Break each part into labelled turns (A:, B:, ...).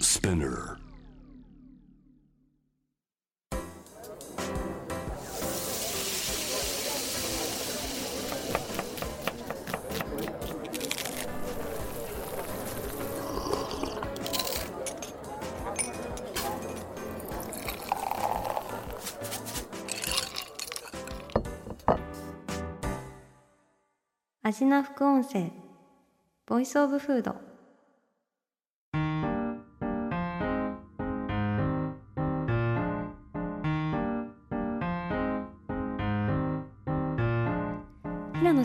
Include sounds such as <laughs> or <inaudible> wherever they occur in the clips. A: Spinner.
B: アジナ副音声ボイスオブフード平野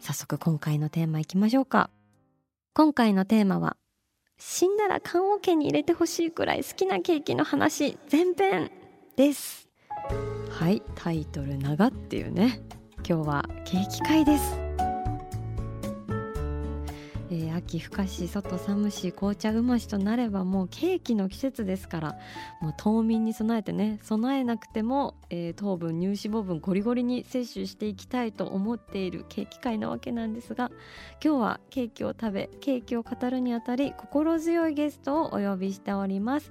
B: 早速今回のテーマいきましょうか今回のテーマは死んだら棺桶に入れてほしいくらい好きなケーキの話前編ですはいタイトル長っていうね今日はケーキ会ですえー秋深し外寒し紅茶うましとなればもうケーキの季節ですからもう冬眠に備えてね備えなくても、えー糖分乳脂肪分ゴリゴリに摂取していきたいと思っているケーキ界なわけなんですが今日はケーキを食べケーキを語るにあたり心強いゲストをお呼びしております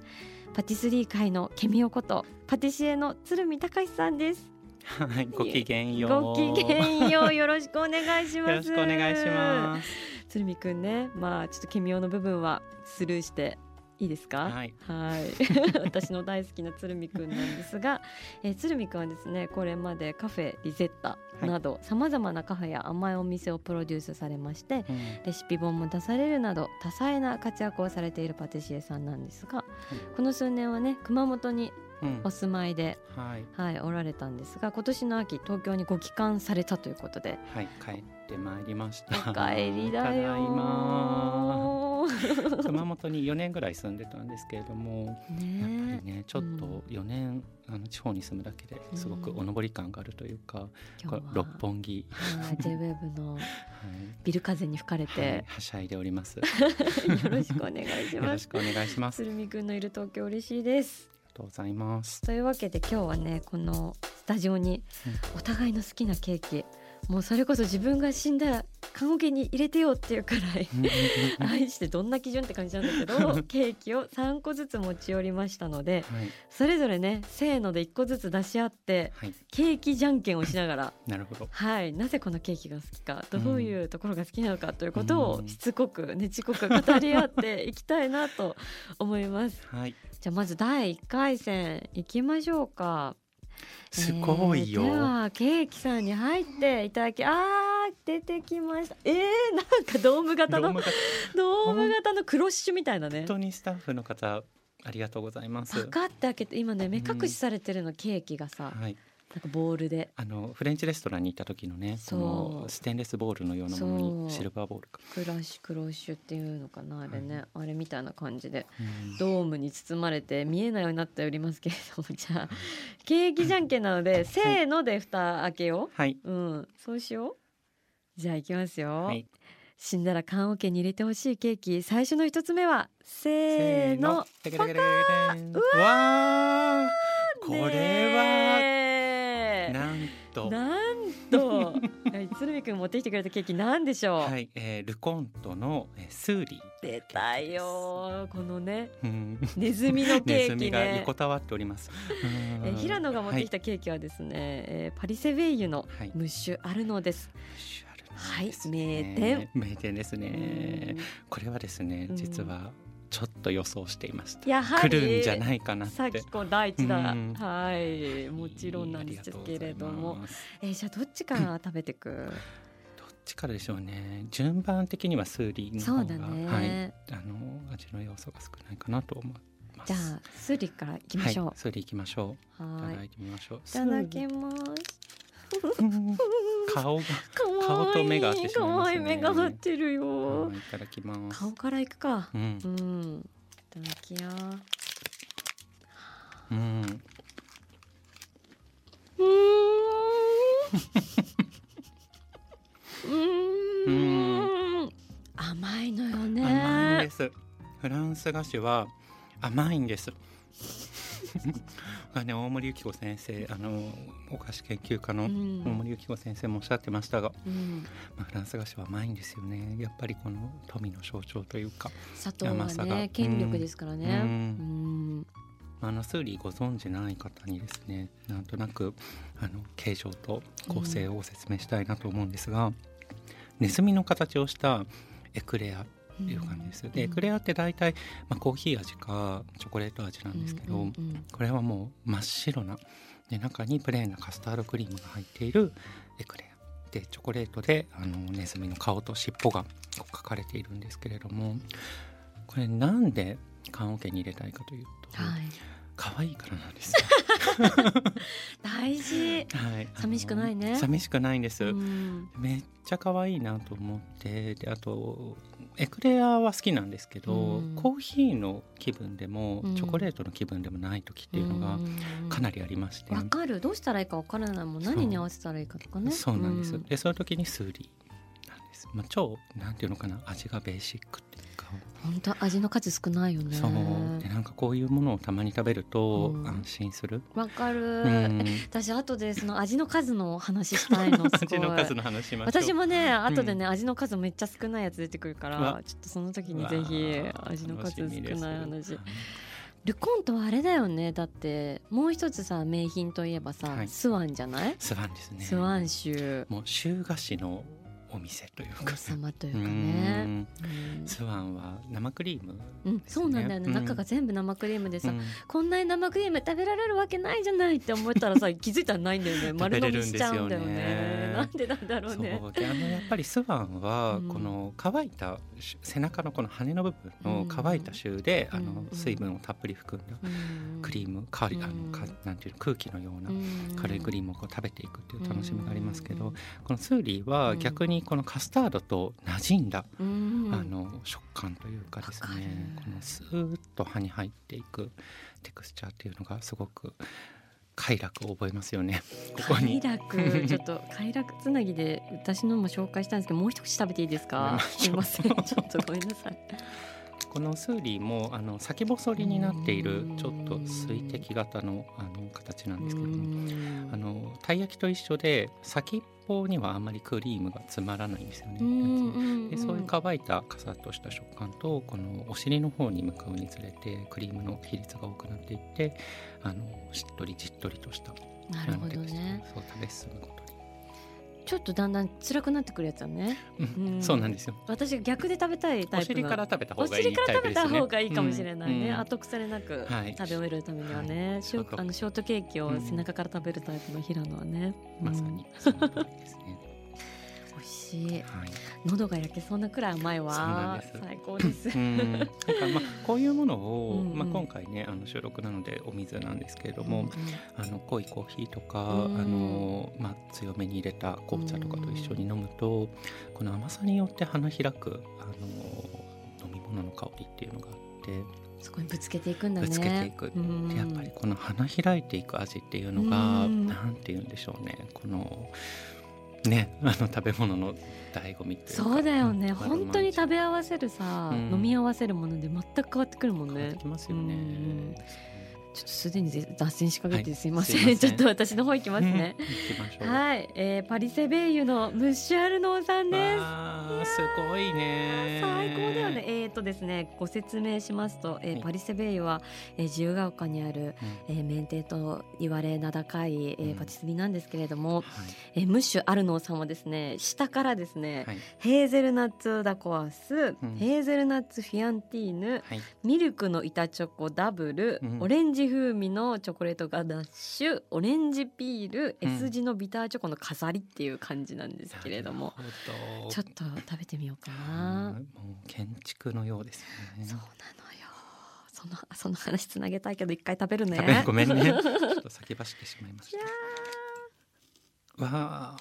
B: パティスリー界のケミオことパティシエの鶴見隆さんです
C: はい、ごきげんよう。
B: ごきげ
C: よ
B: んようよろしくお願いします
C: ろしくお願いします。
B: 鶴見くんねまあちょっとケミオの部分はスルーしていいですか
C: はい、
B: はい <laughs> 私の大好きな鶴見くんなんですが、えー、鶴見くんはですねこれまでカフェリゼッタなどさまざまなカフェや甘いお店をプロデュースされまして
C: うん
B: レシピ本も出されるなど多彩な活躍をされているパティシエさんなんですが、この数年はね熊本に
C: うん
B: お住まいで、
C: はい、
B: はい、おられたんですが今年の秋東京にご帰還されたということで
C: はい、帰ってまいりました。
B: お帰りだよー
C: ただいま。 <laughs> 熊本に4年ぐらい住んでたんですけれども、やっぱ
B: ね
C: りね、ちょっと4年、あの地方に住むだけですごくお登り感があるというか、
B: え、
C: これ六本木、
B: はい J-WAVE の
C: はい
B: ビル風に吹かれ
C: はい
B: て、、
C: はしゃいでおり <laughs> ます。よ
B: よろしくお願いし
C: ろ
B: ま
C: し
B: す。
C: くお願いし <laughs> ます。あり
B: 鶴見くんのいる東京嬉しいです。
C: がとうございます。
B: というわけで今日はねこのスタジオにお互いの好きなケーキ、もうそれこそ自分が死んだら看護に入れてよっていうくらい
C: は
B: 愛してどんな基準って感じなんだけ
C: <laughs>
B: どケーキを3個ずつ持ち寄りましたので
C: い、
B: それぞれねせーので1個ずつ出し合って
C: はい、
B: ケーキじゃんけんをしながら
C: なるほど。
B: はい、なぜこのケーキが好きかどういうところが好きなのかということをしつこくねちこく語り合っていきたいなと思います。 <laughs>
C: はい、
B: じゃあまず第1回戦いきましょうか。
C: すごいよ。
B: えーではケーキさんに入っていただきあー出てきました。えー、なんかドーム型
C: ロー
B: の
C: マが
B: ドーム型のクロッシュみたいなね
C: 本。当にスタッフの方ありがとうございます。
B: パカって開けて今ね目隠しされてるのケーキがさ、
C: はい、
B: なんかボールで
C: あのフレンチレストランに行った時のね、
B: そ
C: そうのステンレスボールのようなものに
B: そう
C: シルバーボールか、
B: クラッシュクロッシュっていうのかなあれね、あれみたいな感じで
C: うん
B: ドームに包まれて見えないようになっておりますけれどもじゃあケーキじゃんけんなのでせーので蓋開けよ
C: はい、
B: う、うんそうしようじゃあいきますよ、
C: はい、
B: 死んだら棺桶に入れてほしいケーキ最初の一つ目はせーの
C: せーの、テケテケテケテケテンうわー、これは
B: ね
C: なん
B: え
C: と。
B: なんと <laughs> はい鶴見くん持ってきてくれたケーキなんでしょう、
C: はい、えー、ルコントの、えー、スーリー
B: 出たよーこのね
C: うん
B: ネズミのケ
C: ネズ
B: ーキ
C: ミが
B: ね
C: 横たわっております、うん
B: えー平野が持ってきたケーキはですね、えーパリセベイユの
C: はい、
B: ムッシュアルノーです。
C: シュアルなん
B: はい
C: です
B: 名
C: ね
B: 店
C: 名店ですねこれはですね
B: うん
C: 実はちょっと予想していました、
B: やはり
C: 来るんじゃないかなっ
B: さ
C: て
B: きこ第一だ。
C: うん
B: はい、もちろんなんですけれど
C: ありがとうござい
B: も、
C: ます
B: えーじゃあどっちから食べてく？
C: どっちからでしょうね順番的にはスーリーの
B: そう
C: 方
B: だ
C: が、
B: ね。
C: はい、あの味の要素が少ないかなと思います
B: じゃあスリからいきまし
C: はい
B: ょ、
C: スーリーいきましょ
B: う。
C: うい
B: は
C: た
B: い。
C: だい
B: い
C: てみましょうい
B: ただきます。
C: 顔が
B: 顔
C: 顔と目が合ってしまいますね
B: 可愛い目が合ってる
C: は
B: よ
C: い。いただきます
B: 顔からいくか。
C: うん
B: うん。いただきや。
C: うん、
B: うーんうーん甘いのよ
C: 甘いん
B: ね
C: です。フランス菓子は甘いんです。がね、大森幸子先生、あのお菓子研究家の
B: う
C: 大
B: ん
C: 森幸子先生もおっしゃってましたが、
B: うん、
C: まあ、フランス菓子は甘いんですよね。やっぱりこの富の象徴というか、
B: 砂糖は
C: 甘さが
B: ね権力ですからね
C: う
B: うん
C: あの数理ご存じない方にですね、なんとなくあの形状と構成を説明したいなと思うんですが、ネズミの形をしたエクレアっていう感じです。で、エクレアって大体、まあ、コーヒー味かチョコレート味なんですけど、
B: うんうんうん
C: これはもう真っ白なで中にプレーンなカスタードクリームが入っているエクレアでチョコレートであのネズミの顔と尻尾がこう描かれているんですけれどもこれなんで棺桶に入れたいかというと、
B: はい、
C: 可愛いからなんです
B: <laughs> 大事、
C: よ、はい、
B: 寂しくないね
C: あの寂しくないんです、
B: うん
C: めっちゃ可愛いなと思ってであとエクレアは好きなんですけど、
B: うん
C: コーヒーの気分でも、
B: うん
C: チョコレートの気分でもない時っていうのがかなりありまして、
B: わかるどうしたらいいかわからないもん
C: そう
B: 何に合わせたらいいかとかね
C: そうなんです、
B: うん
C: でそういう時にスーリーなんです、まあ、超なんていうのかな味がベーシックっていうか、
B: 本当味の数少ないよね
C: そうでなんかこういうものをたまに食べると
B: うん
C: 安心する、
B: わかる、 <laughs>
C: うん
B: 私後でその味の数の話したい
C: <laughs>
B: のすご
C: 味
B: い
C: の数の話しましょう
B: 私もね後でね、味の数めっちゃ少ないやつ出てくるか
C: う
B: ら
C: わ
B: ちょっとその時にぜひ
C: うわー
B: 味の数少
C: 楽しみです
B: ない話
C: は
B: ルコントはあれだよねだってもう一つさ名品といえばさ、
C: はい
B: スワンじゃない
C: スワンですね
B: スワン州
C: もう州菓子のお店というか
B: 王様という
C: う
B: かね
C: ん
B: うん
C: スワンは生クリーム
B: うん、そうなんだよね、
C: うん
B: 中が全部生クリームでさ、
C: うん
B: こんなに生クリーム食べられるわけないじゃないって思ったらさ気づいたらないんだよね
C: <laughs> 食
B: 丸
C: べ
B: 飲
C: れ
B: み
C: るん
B: し
C: で
B: ち
C: す
B: ゃう
C: よね
B: んだよねなんでなんだろうね
C: そうであのやっぱりスワンは
B: うん
C: この乾いたし背中のこの羽の部分の乾いた州で、
B: うん
C: あ
B: うん
C: の水分をたっぷり含んだクリーム香りあのかなんていうの空気のような軽いクリ
B: ー
C: ームをこう食べていくっていう楽しみがありますけど、
B: うん
C: このスーリーは逆にこのカスタードと馴染んだ、
B: ム
C: あの食感というかです
B: わかる
C: ねこのスーッと歯に入っていくテクスチャーっていうのがすごく快楽を覚えますよ <laughs> ね。ここ
B: 快
C: に
B: 楽ちょっと快楽つなぎで私のも紹介したんですけどもう一口食べていいですかすいませんちょっとごめんなさい
C: このスーリーもあの先細りになっているちょっと水滴型のあの形なんですけれどもあのたい焼きと一緒で先っぽにはあんまりクリームが詰まらないんですよね。でそういう乾いたカサッとした食感とこのお尻の方に向かうにつれてクリームの比率が多くなっていってあのしっとりじっとりとした
B: なるほど
C: なんていうん
B: ね
C: ですかそう食べ進むこと
B: ちょっとだんだん辛くなってくるやつだね
C: に、うん
B: うん
C: そうなんですよ
B: 私逆で食べたいタ
C: お
B: イプ
C: 尻
B: の
C: から食べた
B: お
C: 方がい
B: 尻
C: い
B: から
C: タイ
B: 食
C: プ
B: べ
C: ですね
B: た方がいいかもしれないね、
C: うん
B: 後腐れなく
C: はい
B: 食べ終えるためにはね、ショー
C: そうか
B: あのショートケーキを背中から食べるタイプの平野はね、
C: まさにその通りですね、
B: 美味しい
C: はい
B: 喉が焼けそうなくらい甘い
C: そうな
B: わ
C: んです
B: 最高です
C: うん、なんかまあこういうものを、
B: うんうん
C: まあ、今回ねあの収録なのでお水なんですけれ <laughs> ど
B: う
C: も、
B: ん
C: あの濃いコーヒーとか、
B: うん
C: あのまあ、強めに入れた紅茶とかと一緒に飲むと、この甘さによって花開くあの飲み物の香りっていうのがあって
B: そこにぶつけていくんだね
C: ぶつけていく、
B: うん
C: でやっぱりこの花開いていく味っていうのが、
B: うん
C: なんて言うんでしょうねこのねあの食べ物の醍醐味っていうか
B: そうだよね
C: うん
B: 本当に食べ合わせるさ、
C: うん
B: 飲み合わせるもので全く変わってくるもん
C: 変わって
B: ね
C: きますよね。
B: うんちょっとすでに脱線しかけてすいません,、
C: はいすいませ
B: <laughs> ち
C: ん
B: ょっと私の方行きますね、
C: うん行きましょ
B: <laughs>
C: う。
B: はい、えーパリセベイユのムッシュアルノーさんです
C: わあすごいね。
B: 最高だよね。。えー、とですね、ご説明しますと、えー
C: はい
B: パリセベイユは、えー自由が丘にある、
C: うん
B: えー、名店と言われ名高い、えー
C: うん
B: パティスリーなんですけれども、
C: はい
B: えームッシュアルノーさんはですね、下からですね、
C: はい
B: ヘーゼルナッツダコアス、
C: うん
B: ヘーゼルナッツフィアンティーヌ、
C: はい。
B: ミルクの板チョコダブル、
C: うん
B: オレンジ風味のチョコレートガナッシュ、オレンジピール、
C: うん
B: S 字のビターチョコの飾りっていう感じなんですけれども、
C: なるほど。
B: ちょっと食べてみようか
C: は
B: な。
C: いもう建築のようですね。
B: そうなのよ。そのその話つなげたいけど一回食べるね。
C: 食べごめ
B: <laughs>
C: んね。ちょっと先走ってしまいまし
B: いや
C: た。わあ。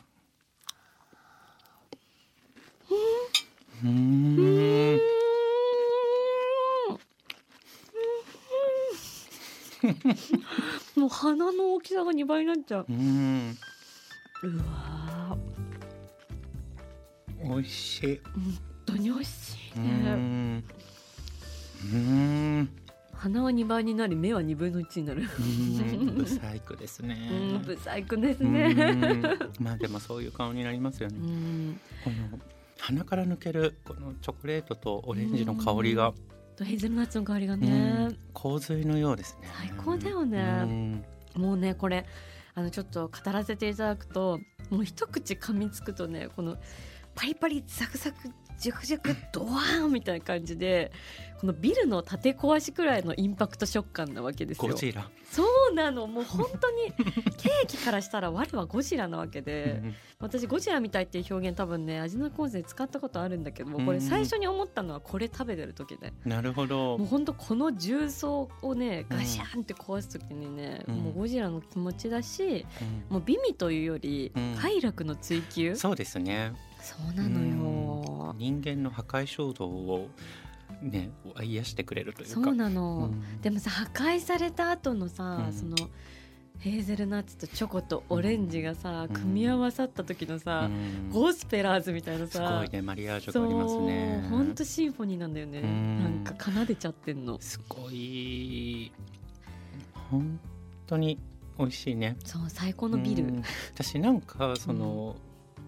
C: うーん。
B: ーうーんもう鼻の大きさが2倍になっちゃう
C: うん
B: うわー本
C: 美味しい
B: 当に美味しいうね
C: んうん
B: 鼻は2倍になり目は2分の1になる
C: うんブサイクですね
B: うんブサイクです
C: う
B: ね
C: んまあでもそういう顔になりますよ
B: う
C: ね
B: ん
C: この鼻から抜けるこのチョコレートとオレンジの香りが
B: とヘーゼルナッツの香りが
C: う
B: ね
C: ん洪水のようですね
B: 最高だよね
C: うん
B: もうねこれあのちょっと語らせていただくともう一口噛みつくとねこのパリパリザクザクジュクジュクドワーンみたいな感じでこのビルの立て壊しくらいのインパクト食感なわけです
C: ゴ
B: よ。
C: ジラ
B: そうなのもう本当
C: <laughs>
B: にケーキからしたら我はゴジラなわけで私ゴジラみたいっていう表現多分ね味の構成使ったことあるんだけどもこ
C: う
B: れ
C: ん
B: 最初に思ったのはこれ食べてる時で
C: うんなるほど
B: もう本当この重曹をねガシャンって壊す時にね、
C: うん
B: もうゴジラの気持ちだし
C: うん
B: もう美味というより
C: うん
B: 快楽の追求、そ
C: そうですね
B: うなのよ、
C: 人間の破壊衝動をね癒してくれるというか
B: そうなの、
C: うん
B: でもさ破壊された後のさ、
C: うん
B: そのヘーゼルナッツとチョコとオレンジがさ、
C: うん
B: 組み合わさった時の
C: う
B: さ、
C: ん
B: ゴスペラーズみたいな
C: す
B: さ
C: ごいねマリアージュ
B: そ
C: があ
B: う
C: りますね
B: 本当シンフォニーなんだよね、
C: うん
B: なんか奏でちゃってんの
C: すごい本当に美味しいね
B: そう最高のビル、
C: うん私なんかその、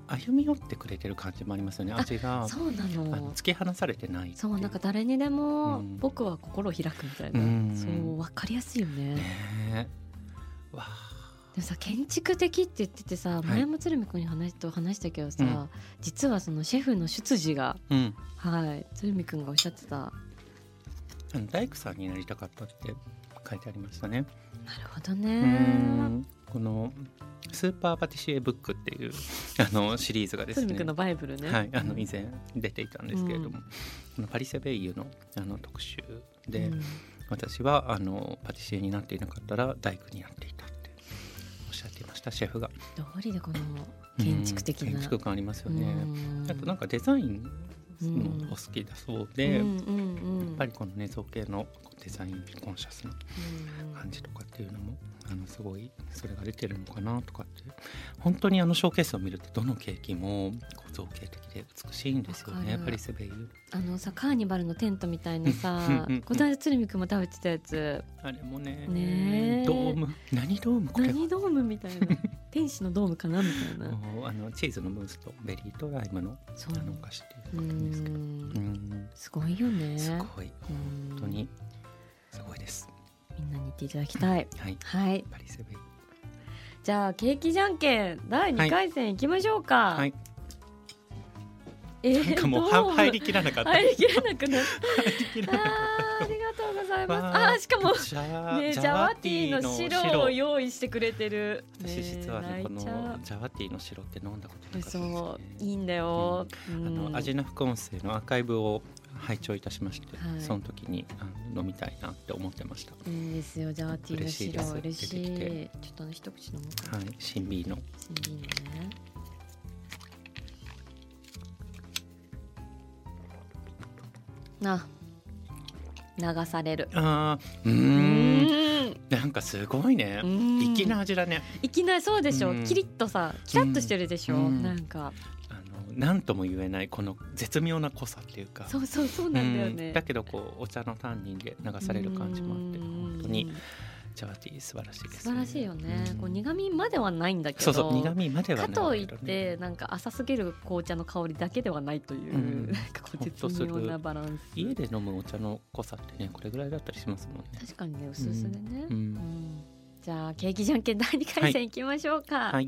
C: 歩み寄ってくれてる感じもありますよね味が
B: そうな
C: あ
B: の
C: の突き放されてないってい
B: そうなんか誰にでも
C: うん
B: 僕は心を開くみたいな、
C: うん
B: そうわかりやすいよね。
C: ねえわあ
B: でもさ建築的って言っててさ
C: い
B: 前も鶴見君に話と話したけどさ、
C: うん
B: 実はそのシェフの出自が
C: うん
B: はい鶴見君がおっしゃってたな
C: あの大工さんになりたかったって書いてありましたね
B: るほど
C: う
B: ね。
C: んこのスーパーパティシエブックっていう <laughs> あのシリーズがです
B: 鶴見
C: ね
B: 君のバイブルね。
C: はい、あの以前出ていたんですけれども、このパリセベイユのあの特集で、
B: うん
C: 私はあのパティシエになっていなかったら大工になっていたっておっしゃっていましたシェフが
B: どうりでこの建築的
C: うん
B: な。
C: 建築感ありますよ
B: う
C: ね、
B: ん
C: あとなんかデザイン
B: うん
C: もお好きだそうで、
B: う
C: や
B: んうんうん、
C: っぱりこのね造形のデザインコンシャスな
B: うん
C: 感じとかっていうのもあのすごいそれが出てるのかなとかって本当にあのショーケースを見るとどのケーキもこう造形的で美しいんですよ
B: わか
C: ね
B: る
C: パリセベイユ
B: あのさカーニバルのテントみたいなさこの間鶴見君も食べてたやつ
C: あれもね
B: ねえ
C: ドーム何ドームこれは
B: 何ドームみたい
C: <laughs>
B: な天使のドームかなみたいな
C: もうあのチーズのムースとベリーとライムの
B: そ
C: あのお
B: う
C: 菓子っていう
B: う
C: わけですけどうんん
B: すごいよね
C: すごい
B: 本
C: 本当にすごいです
B: みんなに言っていただきたい
C: はい
B: はい
C: パリセベイユ
B: じゃあケーキじゃんけん第二回戦いきましょうか、
C: はい
B: えー
C: <laughs> なんかもう
B: ど
C: は入りきらなかった
B: 入りきれなくなっ
C: 入りき
B: た
C: らなかっ
B: あーありがとうございます
C: わ
B: あ
C: ー
B: ーしかも
C: たジャ
B: ねジ
C: ジ
B: ャ
C: ャ
B: ワ
C: ワ
B: テ
C: テ
B: ィ
C: ィ
B: の
C: の
B: 白を
C: 白
B: 用意してくれてる
C: 私実はねこの
B: 泣い
C: ジ
B: ちゃう
C: ャワティの白って飲んだことなかった
B: そ
C: んです
B: う
C: ね
B: いいんだよ、うん
C: あの味の副音声のアーカイブを拝聴いたしまして
B: はい
C: その時にあの飲みたいなって思ってました
B: いいんですよジャワティの
C: 嬉しいで
B: 白
C: す
B: 嬉しい
C: 出て
B: ちょっとあの一口飲もうかな
C: はい新 B の
B: いいね。あ、流される。
C: あーう
B: う
C: ー
B: んん。
C: なんかすごいね粋な味だね
B: いきなりそうでしょ、
C: うん
B: キリッとさキラッとしてるでしょ、
C: うん
B: なんか
C: あのなんとも言えないこの絶妙な濃さっていうか
B: そうそうそうなんだよ
C: う
B: ね
C: んだけどこうお茶のタンニンで流される感じもあって
B: うん
C: 本当にジャワティ素晴らしいです
B: 素晴らしいよね、
C: うん
B: こう苦味まではないんだけど
C: そうそう苦味までは
B: か
C: ない
B: といっ
C: けどね
B: てなんか浅すぎる紅茶の香りだけではないという、
C: う
B: <laughs>
C: ん
B: なんかこう
C: ほっとす
B: 絶
C: る
B: 妙なバランス
C: 家で飲むお茶の濃さってねこれぐらいだったりしますもんね。
B: 確かにね薄々でね、
C: うんうん
B: んじゃあケーキじゃんけん第2回戦いきましょうか、
C: はい、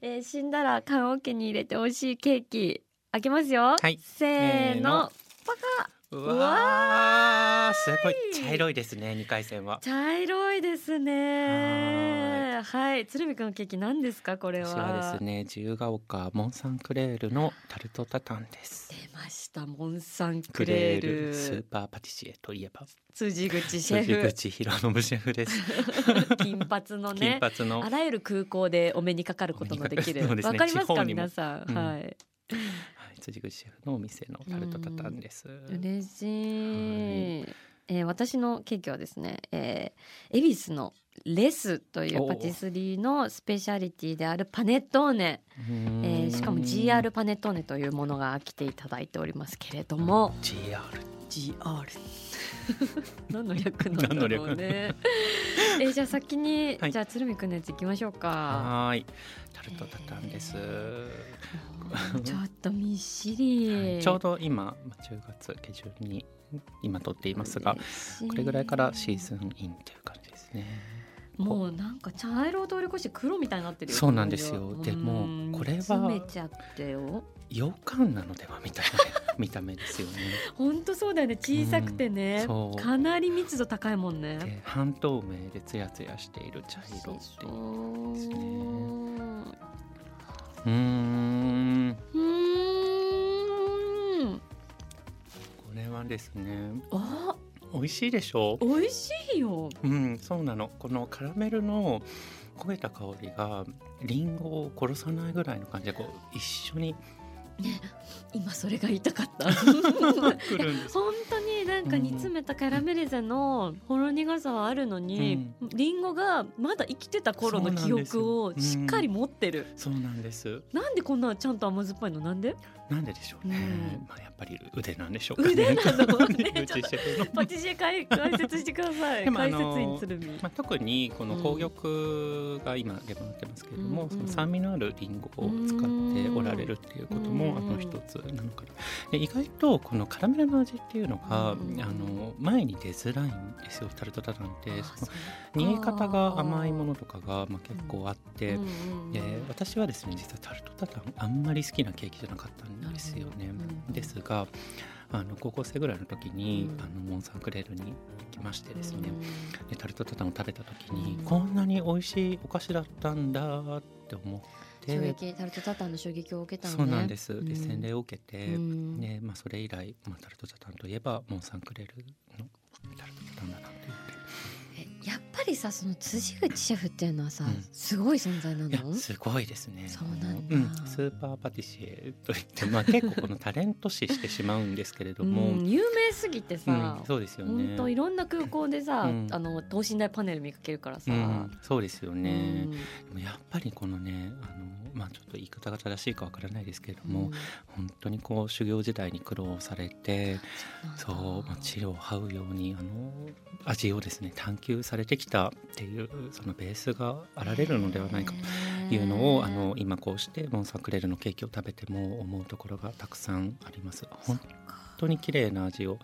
B: えー死んだら缶桶に入れて美味しいケーキ開けますよ、
C: はい
B: せー
C: せー
B: の
C: の
B: パカ
C: う
B: わーい
C: わーすごい茶色いですね二回戦は。
B: 茶色いですね
C: は
B: はい鶴見くんのケーキ何ですかこれは
C: 私はですね自由が丘モンサンクレールのタルトタタンです。
B: 出ましたモンサンク
C: ク
B: レ
C: レ
B: ー
C: ー
B: ル
C: ルスーパーパティシエといえば
B: 辻口シェ
C: 辻
B: フ
C: 口博信シェフ
B: <laughs>
C: です。
B: 金髪のね
C: 金髪の
B: あらゆる空港でお目にかかることのできる
C: お
B: わ、
C: 目にか
B: か
C: か
B: り
C: る
B: ますか
C: そうですね地方にも
B: 皆さん、
C: うん
B: はい
C: はい辻口シェフのお店のタルトタタンです。
B: 嬉しい、えー私のケーキはですね、えー、恵比寿のレスという
C: おお
B: パティスリーのスペシャリティであるパネットーネ、えーしかも GR パネットーネというものが来ていただいておりますけれども
C: GR
B: GR <laughs> 何の略なんだろうね <laughs> えーじゃあ先に、
C: はい
B: じゃあ鶴見くんのやついきましょうか
C: はーいタルトタタンです、
B: うんちょっとみっしり、
C: ちょうど今10月下旬に今撮っていますがこれぐらいからシーズンインという感じですね
B: もうなんか茶色を通り越して黒みたいになってるよ
C: そうなんですよ
B: これ
C: で
B: は
C: も
B: うん
C: これは
B: 詰めちゃってよ
C: 洋館なのではみたい
B: <laughs>
C: な見た目ですよね
B: 本当そうだよね小さくてね、
C: うんそう
B: かなり密度高いもんね
C: で半透明でツヤツヤしている茶色っていうですねうーん
B: うーん
C: これはですね
B: あ
C: 美味しいでしょ
B: 美味しいよ
C: うんそうなのこのカラメルの焦げた香りがリンゴを殺さないぐらいの感じでこう一緒に
B: 今それが言いたかった
C: <laughs> くるんです
B: 本当になんか煮詰めたキャラメリゼのほろ苦さはあるのに、りん、リンゴがまだ生きてた頃の記憶をしっかり持ってる
C: そうなんです
B: なん,、でこんなちゃんと甘酸っぱいのなんで
C: なんででしょうね、
B: うん
C: まあやっぱり腕なんでしょうかね
B: 腕なの
C: <laughs>
B: ね
C: うちシェフの
B: パティシエ解解説してください
C: <laughs> でもあ
B: 解
C: の
B: 説員鶴見、
C: まあ、特にこの紅玉が今出回ってますけれども、
B: うん
C: その酸味のあるりんごを使っておられるっていうことも、
B: うん
C: あの一つなのかなで意外とこのカラメルの味っていうのが、
B: うん
C: あの前に出づらいんですよタルトタタンって
B: あそ
C: その
B: う
C: 煮え方が甘いものとかが、まあ、結構あって、
B: うんうんうん
C: で私はですね実はタルトタタンあんまり好きなケーキじゃなかったんですよね、
B: うん
C: ですがあの高校生ぐらいの時に、
B: うん
C: あのモンサンクレールに行きましてですね、
B: うん
C: でタルトタタンを食べた時に、
B: うん
C: こんなに美味しいお菓子だったんだって思って
B: 衝撃タルトタタンの衝撃を受けたのね、
C: そうなんですす、
B: ん
C: で洗礼を受けて、
B: うん
C: でまあ、それ以来、まあ、タルトタタンといえばモンサンクレールのタルトタタンだなって
B: えやっぱりさその辻口シェフっていうのはさ、
C: うん
B: すごい存在な
C: 言ってい
B: の
C: やすごいですね
B: そうなんだ
C: あのうんスーパーパティシエといって、まあ、結構このタレント視してしまうんですけれども、
B: うん有名すぎてさ
C: うん、そうですよ
B: 本
C: ね
B: 当、いろんな空港でさ、
C: うん
B: あの等身大パネル見かけるからさ、
C: うん、そうですよね、
B: うん
C: でもやっぱりこのねあの、まあ、ちょっと言い方が正しいかわからないですけれども、
B: ん
C: 本当にこう修行時代に苦労されてそう、まあ、
B: ち
C: 地を這うようにあの味をですね探求されてきたっていうそのベースがあられるのではないかというのをあの今こうしてモンサンクレールのケーキを食べても思うところがたくさんあります本当に綺麗な味を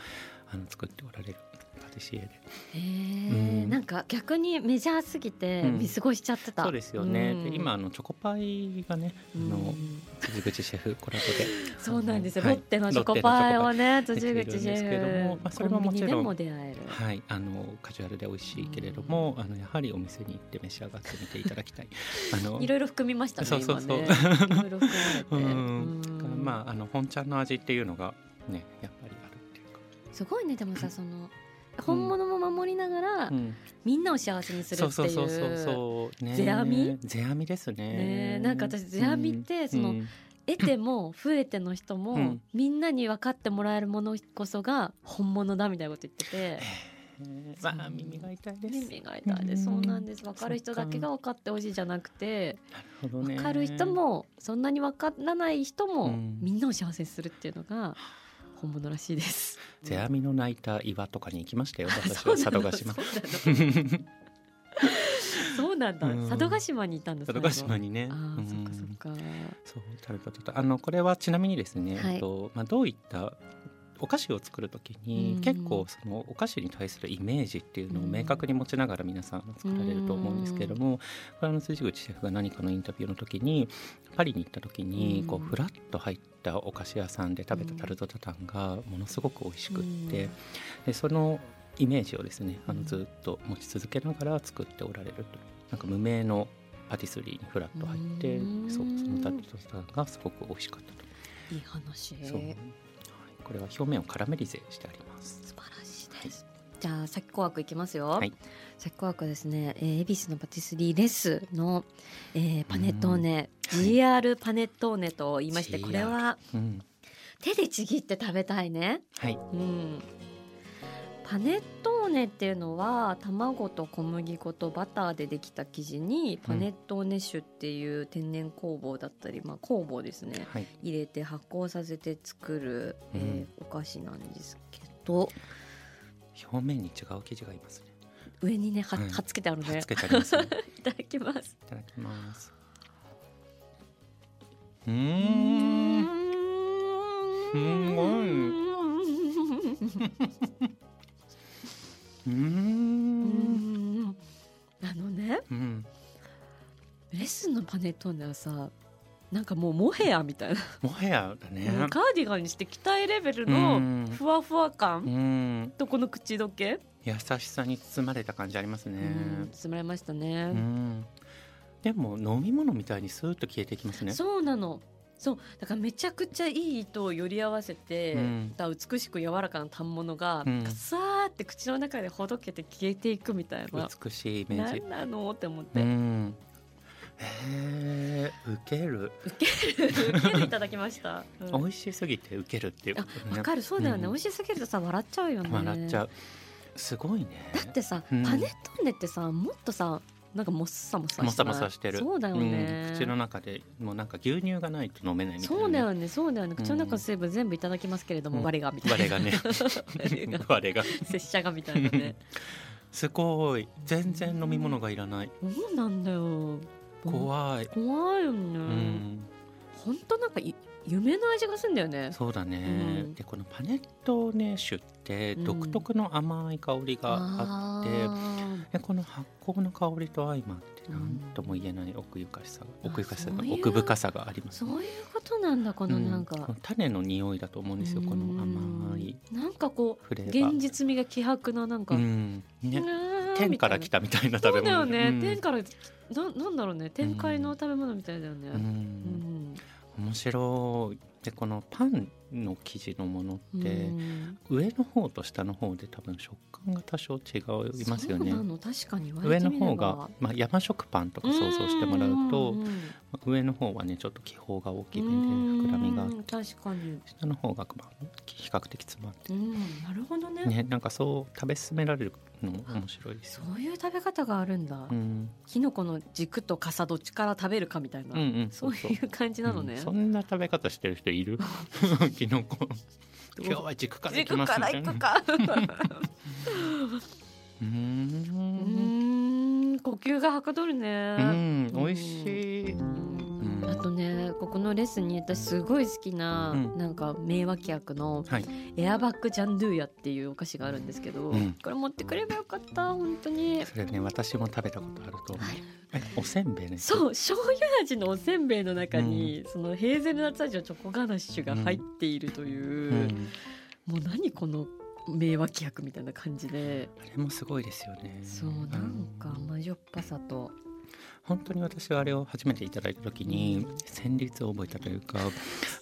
C: あの作っておられるパティシエで
B: へー
C: うん
B: なんか逆にメジャーすぎて
C: うん
B: 見過ごしちゃってた、
C: そうですよね、
B: うん
C: で今あのチョコパイがねあの、
B: うん
C: 辻口シェフコラボで
B: そうなんですよ、
C: はい
B: ロッテのチョコパイをね
C: ッテ
B: 辻
C: のチョコパ
B: 口
C: イ
B: シ
C: できるんですけど
B: ェ
C: も
B: フ、
C: まあそれも
B: コ
C: も
B: ンビ
C: ち
B: ニ
C: ろん
B: でも出会える、
C: <laughs> はい、あのカジュアルで美味しいけれども、あのやはりお店に行って召し上がってみていただきた <laughs> い。あの
B: いろいろ含みましたね
C: そうそうそう
B: 今ねいろいろ含ま
C: うん
B: れて、
C: だ
B: う
C: から
B: ん
C: まああの本ちゃんの味っていうのがねやっぱりあるっていうか。
B: すごいねでもさその本物も守りながら、
C: うん、
B: みんなを幸せにするって
C: そ
B: いう
C: うそうそうそうそうね。
B: 世阿弥
C: ゼアミですね。
B: ねえなんか私世阿弥って
C: う
B: <laughs>
C: ん
B: その
C: うん
B: 得ても増えての人も、
C: うん
B: みんなに分かってもらえるものこそが本物だみたいなこと言ってて。
C: えーまあ耳が痛いです。
B: 耳が痛いで
C: うん
B: そうなんです分かる人だけが分かってほしいじゃなくて
C: なるほどね
B: 分かる人もそんなに分からない人も、
C: うん
B: みんなを幸せにするっていうのが本物らしいです。
C: 世阿弥の泣いた岩とかに行きましたよ。私
B: そう
C: は
B: な
C: 佐
B: の
C: 渡島。
B: そうなのそうなんだ、
C: うん
B: 佐渡島にいたんだ
C: 佐渡島
B: に
C: にね。
B: あ
C: う
B: ー
C: ん
B: そっかそっか
C: そうタルトタタンあのこれはちなみにですね、
B: はい
C: えっとまあ、どういったお菓子を作るときに
B: うん
C: 結構そのお菓子に対するイメージっていうのを明確に持ちながら皆さん作られると思うんですけれどもこれあの辻口シェフが何かのインタビューの時にパリに行った時に
B: うん
C: こうフラッと入ったお菓子屋さんで食べたタルトタタンがものすごく美味しくってでそのイメージをですねあのずっと持ち続けながら作っておられるとなんか無名のパティスリーにフラッと入って
B: うん
C: そうそのタルトタタンがすごく美味しかったと
B: いい話
C: そう、はい、これは表面をカラメリゼしてあります
B: 素晴らしいです。じゃあ先小枠いきますよ。
C: はい
B: 先小枠はですね、えー、恵比寿のパティスリーレスの、えー、パネットーネ、
C: うんはい
B: GR パネットーネと言いまして、
C: GR
B: これは
C: うん
B: 手でちぎって食べたいね。
C: はい、
B: うん。パネットーネっていうのは卵と小麦粉とバターでできた生地にパネットーネ酒っていう天然酵母だったり、まあ、酵母ですね
C: はい、
B: 入れて発酵させて作る、
C: うん
B: えーお菓子なんですけど
C: 表面に違う生地がいますね。
B: 上にねは,、
C: はい
B: はっつけてある
C: は
B: ね
C: っつけてあ
B: <laughs>
C: ります、ね。
B: いただきます
C: いただきます。う
B: う
C: ーん。すご
B: い
C: うん。うん。
B: あのね
C: うん。
B: レッスンのパネットーネはさなんかもうモヘアみたいな
C: もはやだね。
B: もうカーディガンにして着たいレベル
C: う
B: の
C: ん。
B: ふわふわ感
C: うん。
B: とこの口どけ、
C: 優しさに包まれた感じありますね。
B: うん、包まれました
C: う
B: ね、
C: ん。でも飲み物みたいにスーッと消えていきますね。
B: そうなのそうだからめちゃくちゃいい糸をより合わせて、
C: うん
B: だ美しく柔らかな反物が、
C: うん
B: ガサーって口の中でほどけて消えていくみたいな
C: 美しいイメージ
B: 何。なのって思って、受
C: うん。ええー、ウケる。
B: けていただきました、うん
C: <laughs> 美味しすぎてウケるっていうこと
B: わ
C: ね。
B: かるそうだよね、
C: うん
B: 美味しすぎるとさ笑っちゃうよね
C: 笑っちゃう。すごいね。
B: だってさ、
C: うん
B: パネットーネってさもっとさなんかもっさもさしてない
C: もさもさしてる
B: そうだよね、
C: うん口の中でもうなんか牛乳がないと飲めないみたいなね、
B: そうだよねそうだよね
C: うん
B: 口の中の水分全部いただきますけれども、
C: うん
B: 我がみたいな
C: 我がね
B: <laughs> 我が
C: 我が
B: 拙者がみたいなね
C: すごい全然飲み物がいらない
B: そうなんだよ
C: 怖い、
B: 怖いよね、
C: うん
B: ほんとなんかい夢の味がするんだよね
C: そうだね、
B: うん
C: でこのパネットーネ酒って独特の甘い香りがあって、
B: あ
C: でこの発酵の香りと相まって
B: う
C: なんんとも言えない奥ゆかしさが
B: あ
C: 奥ゆかしさが
B: そういう
C: 奥深さがあり
B: ー
C: ます
B: そういうことなんだこのなんか、
C: うん種の匂いだと思うんですよこの甘い
B: うんなんかこ
C: フレ
B: う
C: ーバー
B: 現実味が希薄ななんか、
C: うん
B: ね
C: ね天から来たみたいな食
B: そ
C: べ
B: うだよ
C: 物
B: ね、
C: うん
B: 天からななんだろうね天界の食べ物みたいだよね、
C: う
B: うんん
C: 面白いでこのパンの生地のもの
B: う
C: っ
B: ん
C: て、上の方と下の方で多分食感が多少違いますよね
B: そうなの確かに言われ
C: 上
B: て
C: の
B: みれば
C: 方が、まあ、山食パンとか想像してもらうと
B: んんうん
C: 上の方はねちょっと気泡が大きめで膨らみがあっ
B: うん
C: て
B: 確かに、
C: 下の方が、まあ、比較的詰まって
B: うん、なるほどね
C: ねなんかそう食べ進められるのも面白いです
B: そ
C: よ、
B: ういう食べ方があるんだ、
C: うん、
B: キノコの軸と傘どっちから食べるかみたいな、
C: うんうん
B: そういう感じなのね、
C: うんそんな食べ方してる人いる <laughs> キ
B: <laughs>
C: ノコ今日は軸からいき
B: 軸
C: ます
B: から
C: みたい
B: 行
C: な
B: くか
C: う
B: う
C: ー
B: んん呼吸がはかどるね
C: うん美味しい、ん
B: あとねここのレッスンに私すごい好きな、
C: うん
B: なんか名脇役の
C: はい
B: エアバッグジャンドゥーヤっていうお菓子があるんですけど、
C: うん
B: これ持ってくればよかった本当に
C: それね私も食べたことあると思うえおせんべいね
B: そう醤油味のおせんべいの中に、そのヘーゼルナッツ味のチョコガナッシュが入っているという
C: う、ん、
B: もう何この名脇役みたいな感じで
C: あれもすごいですよね
B: そうなんか
C: うん
B: 甘じょっぱさと
C: 本当に私はあれを初めていただいた時に旋律を覚えたというかあ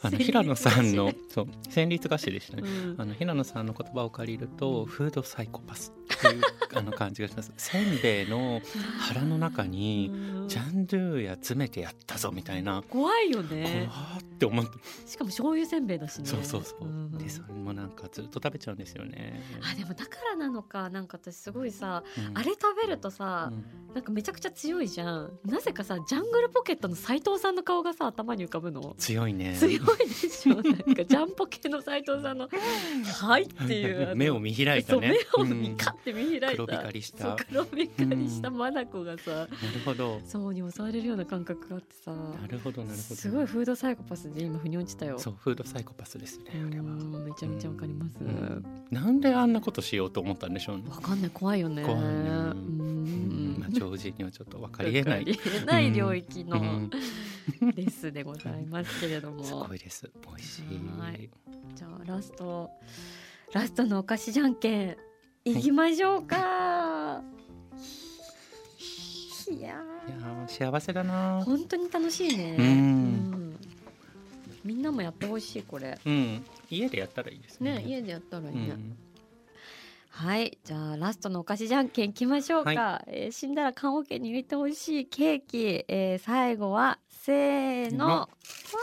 C: の
B: 旋律
C: 平野さんのそう旋律菓子でした
B: う
C: ね
B: ん
C: あの平野さんの言葉を借りるとフードサイコパスって
B: <laughs>
C: いうあの感じがしますせんべいの腹の中に
B: うん
C: ジャンドゥーや詰めてやったぞみたいな
B: 怖いよ
C: 怖
B: ね
C: ーって思って
B: しかも醤油せんべいだしね
C: そうそうそう、
B: ん
C: でそれもなんかずっと食べちゃうんですよね
B: あでもだからなのかなんか私すごいさ、
C: うん
B: あれ食べるとさ、
C: うん
B: なんかめちゃくちゃ強いじゃんなぜかさジャングルポケットの斉藤さんの顔がさ頭に浮かぶの
C: 強いね
B: 強いでしょなんか <laughs> ジャンポケの斉藤
C: <laughs>
B: さんの「はい」っていうあの
C: 目を見開いた
B: そう
C: ね
B: 目を
C: う
B: 見
C: ん
B: カッて見開いた、
C: 黒光りした
B: そう黒光りしたマナコがさ、
C: なるほど
B: そうに襲われるような感覚があってさ
C: なるほどなるほど
B: すごいフードサイコパスで今腑に落ちたよ
C: そうフードサイコパスですね
B: う
C: あれは、
B: んめちゃめちゃわかります、
C: うんなんであんなことしようと思ったんでしょうね
B: わかんない怖いよね
C: 怖いね
B: うん
C: まあ、常人にはちょっと分かりえない
B: わかりえない領域
C: う
B: の
C: ん
B: レスでございますけれど
C: <laughs> す
B: も
C: ごいです美味し
B: はい
C: い
B: じゃあラストラストのお菓子じゃんけんいきましょうか、い、や
C: いや
B: ー
C: ー幸せだな
B: 本当に楽しいね
C: うん
B: んみんなもやってほしいこれ
C: うん家でやったらいいですね
B: ね家でやったらいいね、
C: うん
B: はいじゃあラストのお菓子じゃんけんいきましょうか、えー死んだら棺桶に入れてほしいケーキ、えー最後はせーの
C: のわ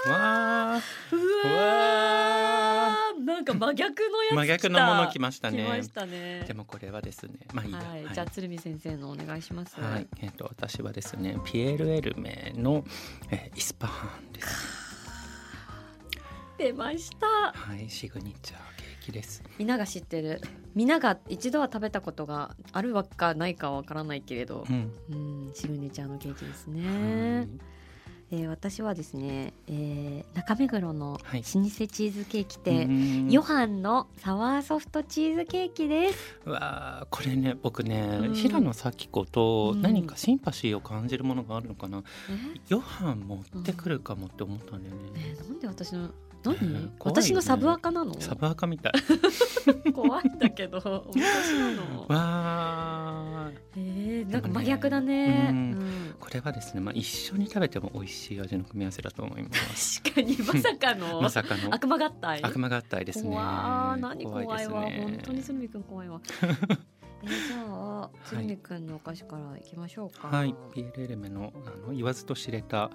C: あ
B: うわ
C: わ
B: ーなんか真逆のやつ
C: 真逆のもの来
B: まし
C: ました
B: た
C: ね
B: 来ましたね
C: でもこれはですねまあいいや
B: はい、
C: はい
B: じゃあ鶴見先生のお願いします
C: はい、えっ、と私はですねピエール・エルメの、えーイスパハンです
B: 出ました
C: はいシグニチャーケーキです
B: 皆が知ってる皆が一度は食べたことがあるわけかないかわからないけれど
C: うん
B: うんシグネチャーのケーキです
C: は
B: ね
C: い、
B: えー私はですね、えー中目黒の老
C: はい
B: 舗チーズケーキ
C: う
B: 店、
C: ん
B: ヨハンのサワーソフトチーズケーキです
C: うわあこれね僕ね、
B: うん
C: 平野咲子と
B: うん
C: 何かシンパシーを感じるものがあるのかな、
B: ね
C: ヨハン持ってくるかもって思ったんだよね、
B: ねなんで私の
C: うん
B: 何、
C: 怖いよね
B: 私のサブアカなの
C: サブアカみ
B: <laughs>
C: たい
B: 怖いんだけ
C: <laughs>
B: ど私なの
C: わあ
B: えー、なんか真逆だね。
C: う
B: うんん、
C: これはですね、まあ、一緒に食べても美味しい味の組み合わせだと思
B: <laughs>
C: います
B: 確かにまさかの
C: まさかの
B: 悪魔合体。
C: 悪魔合体ですね
B: 怖い何怖い
C: です
B: わ、
C: ね
B: 本当に鶴見くん怖い
C: <laughs>
B: わ。えー、じゃあ鶴見くんのお菓子からいきましょうか。
C: はい、ピエール・エルメのあの言わずと知れた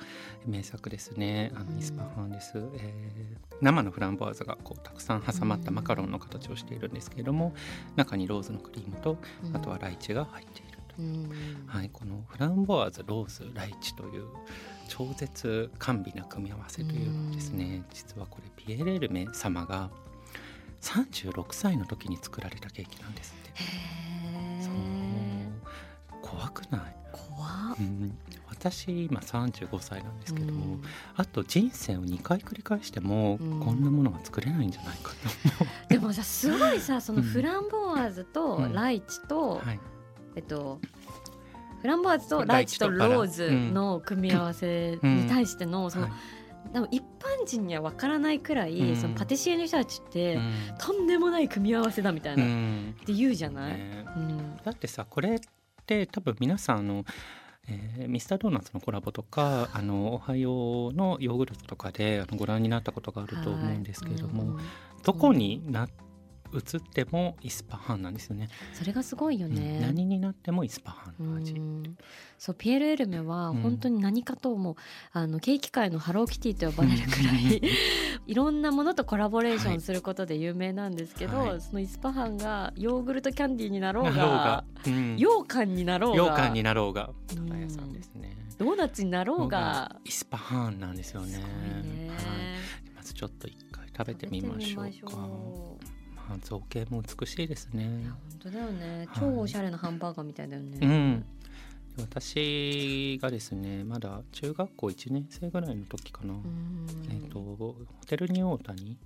C: 名作ですね。あ
B: うん
C: のイスパハンです、えー生のフランボワーズがこうたくさん挟まったマカロンの形をしているんですけれども、中にローズのクリームと
B: うん
C: あとは。ライチが入っていると。
B: うん、
C: はい、このフランボワーズ、ローズ、ライチという超絶甘美な組み合わせというのはですね、実はこれピエール・エルメ様が36歳の時に作られたケーキなんですって。
B: へ
C: そう
B: え。
C: 怖くない
B: 怖っ。
C: うん私今35歳なんですけど
B: う
C: も、
B: ん
C: あと人生を2回繰り返しても、
B: うん
C: こんなものは作れないんじゃないか
B: でもさすごいさその
C: うん
B: フランボワーズと
C: うん
B: ライチ
C: と、
B: と、
C: はい、
B: えっと。フランボワーズとライチとローズの組み合わせに対してのその
C: はい
B: でも一般人にはわからないくらい、
C: うん
B: そのパティシエの人たちって、
C: うん
B: とんでもない組み合わせだみたいな、
C: う
B: っ
C: ん
B: て言うじゃない、
C: ね
B: うん
C: だってさこれって多分皆さんあの、えーミスタードーナツのコラボとかあのおはようのヨーグルトとかであのご覧になったことがあると思うんですけれども、
B: はいうん
C: どこにな移ってもイスパハンなんですよね
B: それがすごいよ
C: うん
B: ね。
C: 何になってもイスパハ
B: う
C: ンの味、
B: んそうピエール・エルメは
C: うん
B: 本当に何かと思う、あのケーキ界のハローキティと呼ばれるくらい <laughs> いろんなものとコラボレーションすることで有名なんですけど、
C: はい
B: そのイスパハンがヨーグルトキャンディーになろう
C: な
B: が
C: ろうが、
B: <laughs>
C: うん
B: 羊羹になろうが
C: 羊羹になろうが
B: うん
C: パン屋さんですね。
B: ドーナツになろうが。
C: イスパハーンなんですよね。
B: すごいね
C: はい、まずちょっと一回食べてみましょう
B: 食べてみまし
C: か。
B: ょう
C: まあ造形も美しいです
B: いや
C: ね。
B: 本当だよね
C: はい
B: 超おしゃれなハンバーガーみたいだよね、
C: うん。私がですねまだ中学校1年生ぐらいの時かな、
B: うん
C: えっとホテルニューオータニ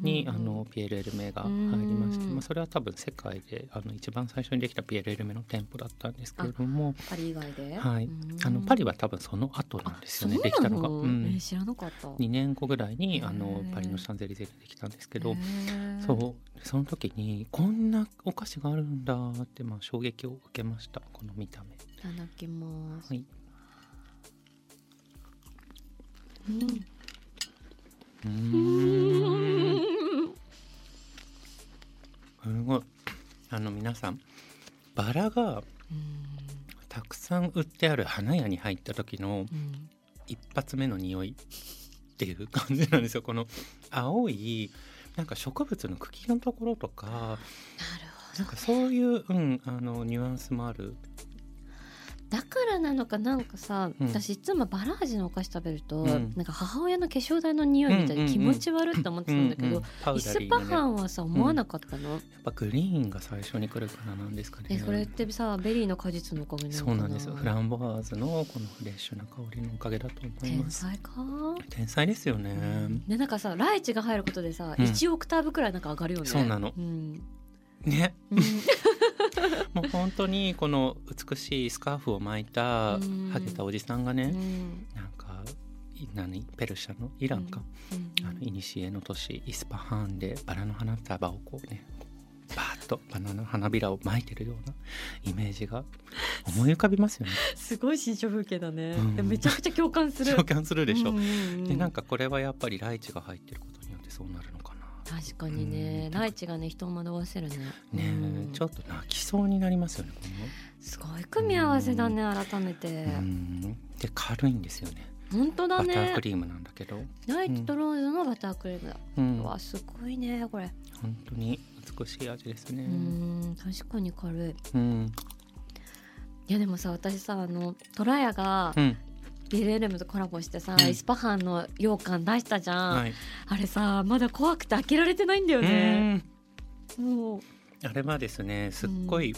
C: に、あのピエール・エルメが入りまして、
B: うん
C: まあ、それは多分世界であの一番最初にできたピエール・エルメの店舗だったんですけれども
B: パリ以外で
C: は
B: はい
C: あのパリは多分その後なんですよねできたのが。う
B: え
C: ん
B: ー知らなかった
C: 2年後ぐらいにあ
B: へ
C: の
B: ー
C: パリのシャンゼリゼにできたんですけ
B: け
C: ど、そうその時にこんなお菓子があるんだってまあ衝撃を受けましたこの見た目。
B: いただきます、
C: はい
B: うん
C: うーんすごいあの皆さんバラがたくさん売ってある花屋に入った時の
B: うん
C: 一発目の匂いっていう感じなんですよこの青いなんか植物の茎のところとか
B: なる
C: なん
B: ほど
C: かそういう、うん、あのニュアンスもある。
B: だからなのかなんかさ、
C: うん
B: 私いつもバラ味のお菓子食べると、
C: うん
B: なんか母親の化粧台の匂いみたいで気持ち悪いって思ってたんだけど、
C: ううパ
B: イ
C: ウダ
B: ス
C: リー
B: パ
C: なね
B: ハンはさ思わなかったの、
C: やっぱグリーンが最初に来るからなんですかね。
B: えそれってさベリーの果実のおかげなのか
C: そ
B: な
C: うなんですよ。フランボワーズのこのフレッシュな香りのおかげだと思い
B: 天
C: ます。
B: 才か、
C: 天才ですよね。
B: でなんかさライチが入ることでさ、
C: うん
B: 一1オクターブくらいなんか上がるよね
C: そうなの <laughs>
B: うん
C: ね、
B: うん
C: もう本当にこの美しいスカーフを巻いた
B: うん
C: ハゲたおじさんがね、
B: うん
C: なんかい何ペルシャのイランか、
B: うん
C: あの古の都市イスパハーンでバラの花束をこうねバーッとバナナ花びらを巻いてるようなイメージが思い浮かびますよね。
B: すごい新書風景だね、
C: うん
B: でもめちゃくちゃ <laughs> 共感する
C: <laughs> 共感するでしょ。
B: うんうんうん
C: でなんかこれはやっぱりライチが入ってることによってそうなるのかな
B: 確かにね、
C: うん
B: ライチがね人を惑わせるね
C: ね
B: うん
C: ちょっと泣きそうになりますよね。こ
B: すごい組み合わせだね改めて
C: のうんで軽いんですよね。
B: 本当だ
C: バター
B: ね
C: クリームなんだけど、
B: ライチとローズのバタークリームだ、
C: うん、
B: うわ
C: 本
B: すごいねこれ
C: 当に美しい味ですね
B: う。ん確かに軽い
C: うん、
B: いやでもさ私さあのトラヤが
C: うん、
B: ビレルムとコラボしてさ、
C: うん
B: イスパハンの羊羹出したじゃん、
C: はい。
B: あれさまだ怖くて開けられてないんだよね、
C: うん
B: もう、
C: あれはですねすっごい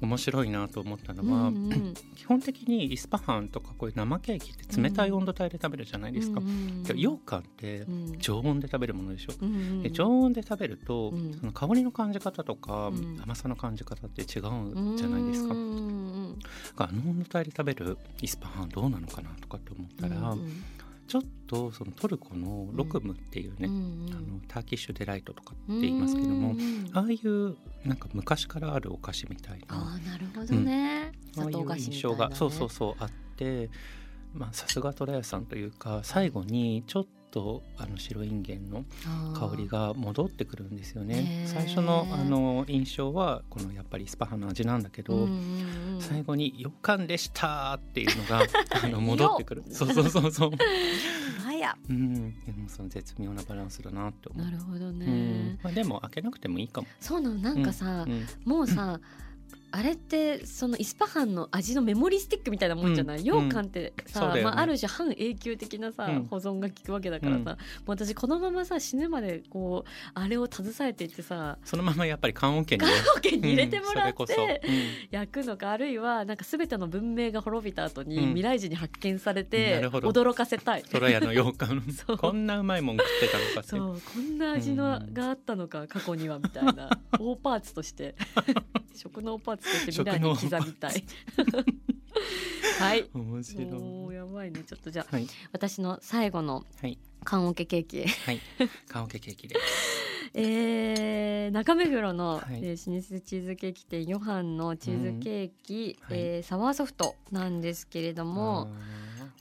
C: 面白いなと思ったのは、
B: うんうん
C: 基本的にイスパハンとかこういう生ケーキって冷たい温度帯で食べるじゃないですか。
B: うんうん
C: で羊羹って
B: うん
C: 常温で食べるものでしょ。
B: うんうん
C: で常温で食べると、
B: うん
C: その香りの感じ方とか、
B: うん
C: 甘さの感じ方って違うじゃないですか。
B: う
C: だ
B: んうん
C: からあの温度帯で食べるイスパハンどうなのかなとかって思ったら、
B: うんうん
C: ちょっとそのトルコのロクムっていう
B: うん
C: ね、
B: うん
C: あのターキッシュデライトとかって言いますけども、
B: うんうん
C: ああいうなんか昔からあるお菓子みたいな
B: あーなるほどね、
C: ああ
B: 砂
C: い
B: 糖
C: う
B: 菓子み
C: 印
B: たい
C: 象
B: な、
C: が、
B: ね、
C: そうそうそうあってまあさすがトラヤさんというか最後にちょっとあの白いんげんの香りが戻ってくるんですよ
B: へ
C: ね
B: ー
C: 最初のあの印象はこのやっぱりスパハの味なんだけど、
B: うんうんうん
C: 最後に「よかんでした!」っていうの
B: <laughs>
C: があの戻ってくる
B: よ
C: そうそうそうそう、
B: あや
C: うん、でもその絶妙なバランスだなって思
B: な
C: う、
B: るほどね、
C: うんまあ、でも開けなくてもいいかも、
B: そうなのなんかさ、
C: うん、
B: もうさあれってそのイスパハンの味のメモリースティックみたいなもんじゃない、
C: うん
B: 羊羹って
C: そう
B: さ、
C: だよね
B: まあ、ある種半永久的なさ、
C: うん
B: 保存が効くわけだからさ、
C: うん
B: もう私このままさ死ぬまでこうあれを携えていってさ
C: そのままやっぱり缶オケにね
B: 保険に入れてもらっ
C: うんそれ
B: て
C: こそうん
B: 焼くのかあるいはなんか全ての文明が滅びた後に
C: うん
B: 未来人に発見され
C: な
B: て
C: るほど
B: 驚かせたい。
C: トラヤの羊羹
B: <laughs> そう
C: こんなうまいもん食ってたのかって
B: そうこんな味の
C: うん
B: があったのか過去にはみたい <laughs> な大パーツとして <laughs> 食の大パーツとして未来に刻みた <laughs> いはい
C: 面白い
B: もうやばいねちょっとじゃあ
C: はい
B: 私の最後の
C: はい
B: 缶オケケーキ
C: はい缶オケケーキです
B: えー、中目黒の、
C: はい
B: えー老舗チーズケーキ店ヨハンのチーズケーキ、
C: うんはい
B: えーサワーソフトなんですけれども、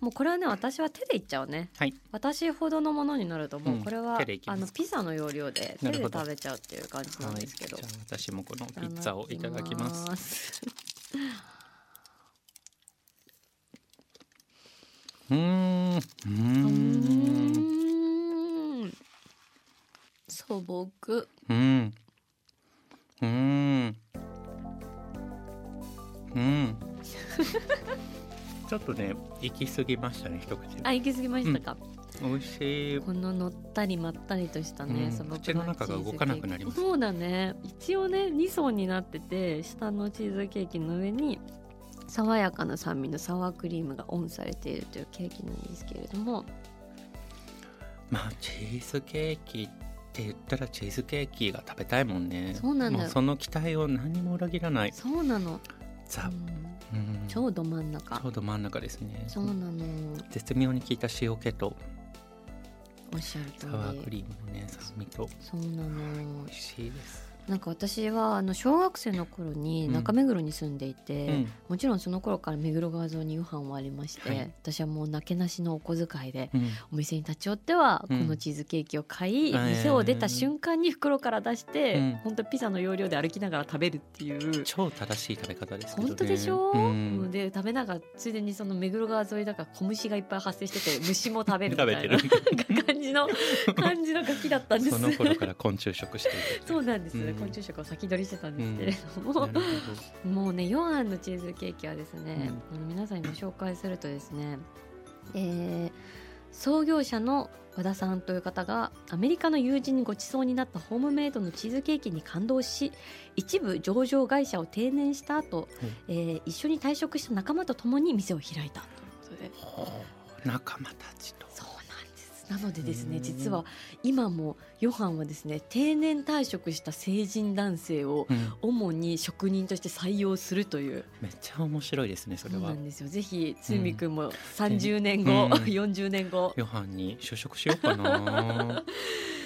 B: もうこれはね私は手でいっちゃうね、
C: はい
B: 私ほどのものになるともううんこれは、
C: 手でいき
B: あ
C: ます
B: のピザの要領で手
C: な
B: で
C: るほど
B: 食べちゃうっていう感じ
C: あー
B: なん
C: は
B: で
C: い
B: すけ
C: じ
B: ど、
C: ゃあ私もこのピッツァをいただきます
B: す
C: うーんう
B: うー
C: ーん
B: ん素朴
C: うんうーん
B: <laughs>
C: うんちょっとね行き過ぎましたね一口
B: あ行き過ぎましたか、
C: 美味しい
B: こののったりまったりとしたね、
C: うん
B: 素朴な
C: 口の中が動かなくなります
B: チーズケーキそうだね一応ね2層になってて下のチーズケーキの上に爽やかな酸味のサワークリームがオンされているというケーキなんですけれども
C: まあチーズケーキって言ったらチーズケーキが食べたいもんね
B: そうなんだよ
C: もうその期待を何も裏切らない
B: そうなの、う
C: ザ、
B: ん
C: うん
B: ちょうど真ん
C: ちょ
B: 中
C: うど真ん中ですね
B: そうなの
C: 絶妙に効いた塩気と
B: おっしゃる通
C: サワーク
B: り
C: リームのね酸味と
B: そうなの
C: 美味しいです、
B: なんか私はあの小学生の頃に
C: うん
B: 中目黒に住んでいて、
C: うん
B: もちろんその頃から目黒川沿いに夕飯はありまして、
C: はい
B: 私はもうなけなしのお小遣いで
C: うん
B: お店に立ち寄ってはこ
C: うん
B: のチーズケーキを買い、
C: えー
B: 店を出た瞬間に袋から出して、
C: うん
B: 本当ピザの要領で歩きながら食べるっていう。
C: 超正しい食べ方ですけどね
B: 本当でしょ、
C: うん
B: で食べながらついでにその目黒川沿いだから小虫がいっぱい発生してて虫も食べるみた
C: 食べて
B: いな
C: る
B: <laughs> 感
C: <laughs>
B: じの感じのガキだったんです
C: その頃から昆虫食している
B: そうなんです、
C: うん
B: 昆虫食を先取りしてたんですけれども、
C: なるほど
B: もうねヨハンのチーズケーキはですね、
C: う
B: あの皆さんにご紹介するとですね、えー創業者の和田さんという方がアメリカの友人にご馳走になったホームメイドのチーズケーキに感動し一部上場会社を定年した後、えー一緒に退職した仲間と共に店を開いたということで
C: ほう仲間たちと
B: そうなんですなのでですね
C: うん
B: 実は今もヨハンはですね定年退職した成人男性を
C: うん
B: 主に職人として採用するという
C: めっちゃ面白いですねそれ
B: そうな
C: は
B: んですよ。ぜひつゆみくんも三十年後、
C: う
B: <laughs>
C: ん
B: 四十年後。
C: ヨハンに就職しよう
B: <laughs>
C: かな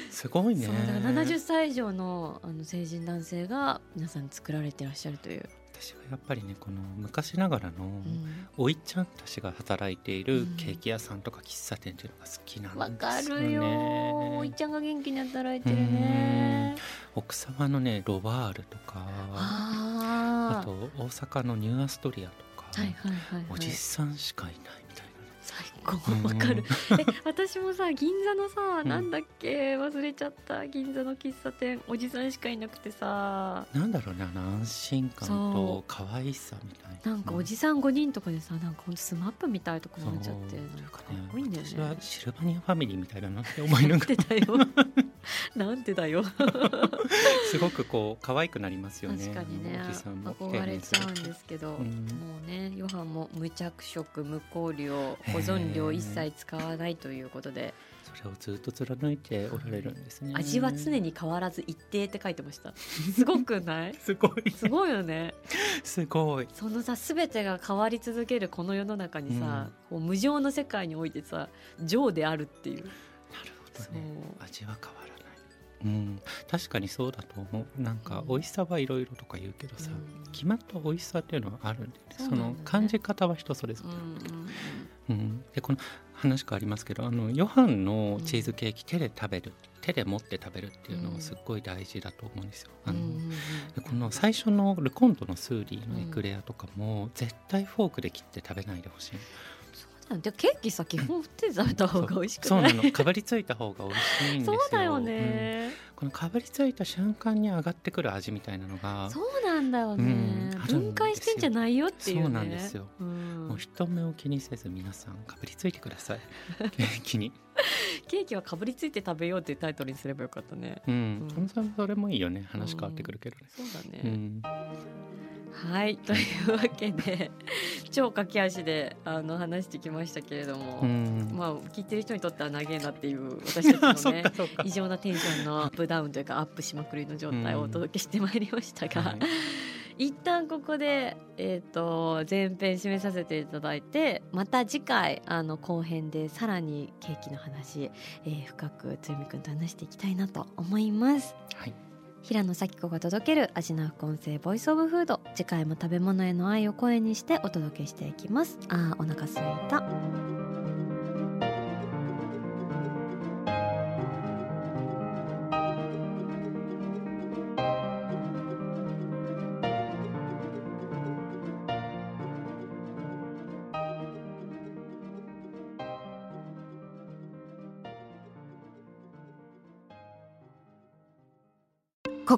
C: すごいね
B: そうだから70歳以上のあの成人男性が皆さん作られてらっしゃるという
C: 私はやっぱりねこの昔ながらの
B: うん
C: おいちゃんたちが働いているケーキ屋さんとか喫茶店っていうのが好き
B: わ
C: なん
B: か
C: ですよ
B: るよー。おい
C: ね。
B: ちゃんが元気に働いてるね。
C: 奥様のねロバールとかあ
B: ああ
C: と。大阪のニューアストリアとか、
B: はいはいはい、はい。
C: おじさんしかいないみたいな。
B: 最高
C: うん
B: わ
C: <laughs>
B: かる。え、私もさ、銀座のさ、なんだっけ、忘れちゃった。銀座の喫茶店、おじさんしかいなくてさ。
C: なんだろうねあの安心感
B: そ
C: と可愛さみたいな
B: なんかおじさん5人とかでさなんかほんとスマップみたいとか思っちゃってなんかかっこいいんだよ
C: 私は
B: ね。
C: シルバニアファミリーみたいだなって思いな
B: なん
C: が
B: て
C: ら
B: だよ <laughs> なんてだよ <laughs>
C: すごくこう可愛くなりますよね
B: 確かにね
C: おじさんも
B: 憧れちゃうんですけど、
C: う
B: も
C: ん
B: うねヨハンも無着色無香料保存料一切使わないということで
C: それをずっと貫いておられるんですね
B: 味は常に変わらず一定って書いてましたすごくない
C: すごい
B: すごいよね
C: すごい
B: そのさ全てが変わり続けるこの世の中にさ、こう無常の世界においてさ情であるっていう
C: なるほ
B: そう
C: どね味は変わらないうん確かにそうだと思うなんか美味しさはいろいろとか言うけどさ、
B: うん
C: 決まった美味しさっていうのはあるんで、ね
B: そう
C: そ
B: なんだよ
C: の
B: ね
C: 感じ方は人それぞ
B: う
C: れ
B: んうんうん
C: うん、でこの話がありますけどあのヨハンのチーズケーキ手で食べる、手で持って食べるっていうの
B: うん
C: はすっごい大事だと思うんですよ。
B: う
C: あ
B: ん
C: の
B: うんうん
C: でこの最初のルコントのスーリーのエクレアとかも、絶対フォークで切って食べないでほしい
B: そうだよでケーキさ基本手で食べた方が美味しく
C: そう
B: な
C: ないのかぶりついた方が美味しいんです
B: そ
C: よ
B: うだよね、
C: うんこのかぶりついた瞬間に上がってくる味みたいなのが
B: そうなんだよね、
C: うんあるんですよ
B: 分解してんじゃないよっていうね
C: そうなんですよ、
B: うん
C: もう人目を気にせず皆さんかぶりついてく
B: <laughs>
C: ださい気に、
B: ケーキはかぶりついて食べようっていうタイトルにすればよかったね
C: うん
B: うん
C: トムさんそれもいいよね話変わってくるけどね、
B: そうだね、
C: うん
B: はいというわけで <laughs> 超駆け足であの話してきましたけれども、
C: うん
B: まあ聞いてる人にとっては長えなっていう私たちのね
C: <laughs> そっか
B: 異常なテンションのアップダウンというかアップしまくりの状態をお届けしてまいりましたが、
C: はい
B: <laughs> 一旦ここで、えー、と前編締めさせていただいてまた次回あの後編でさらにケーキの話、えー深くつゆみくんと話していきたいなと思います。
C: はい
B: 平野咲子が届ける味の不根性ボイスオブフード次回も食べ物への愛を声にしてお届けしていきますあーお腹すいた
A: こ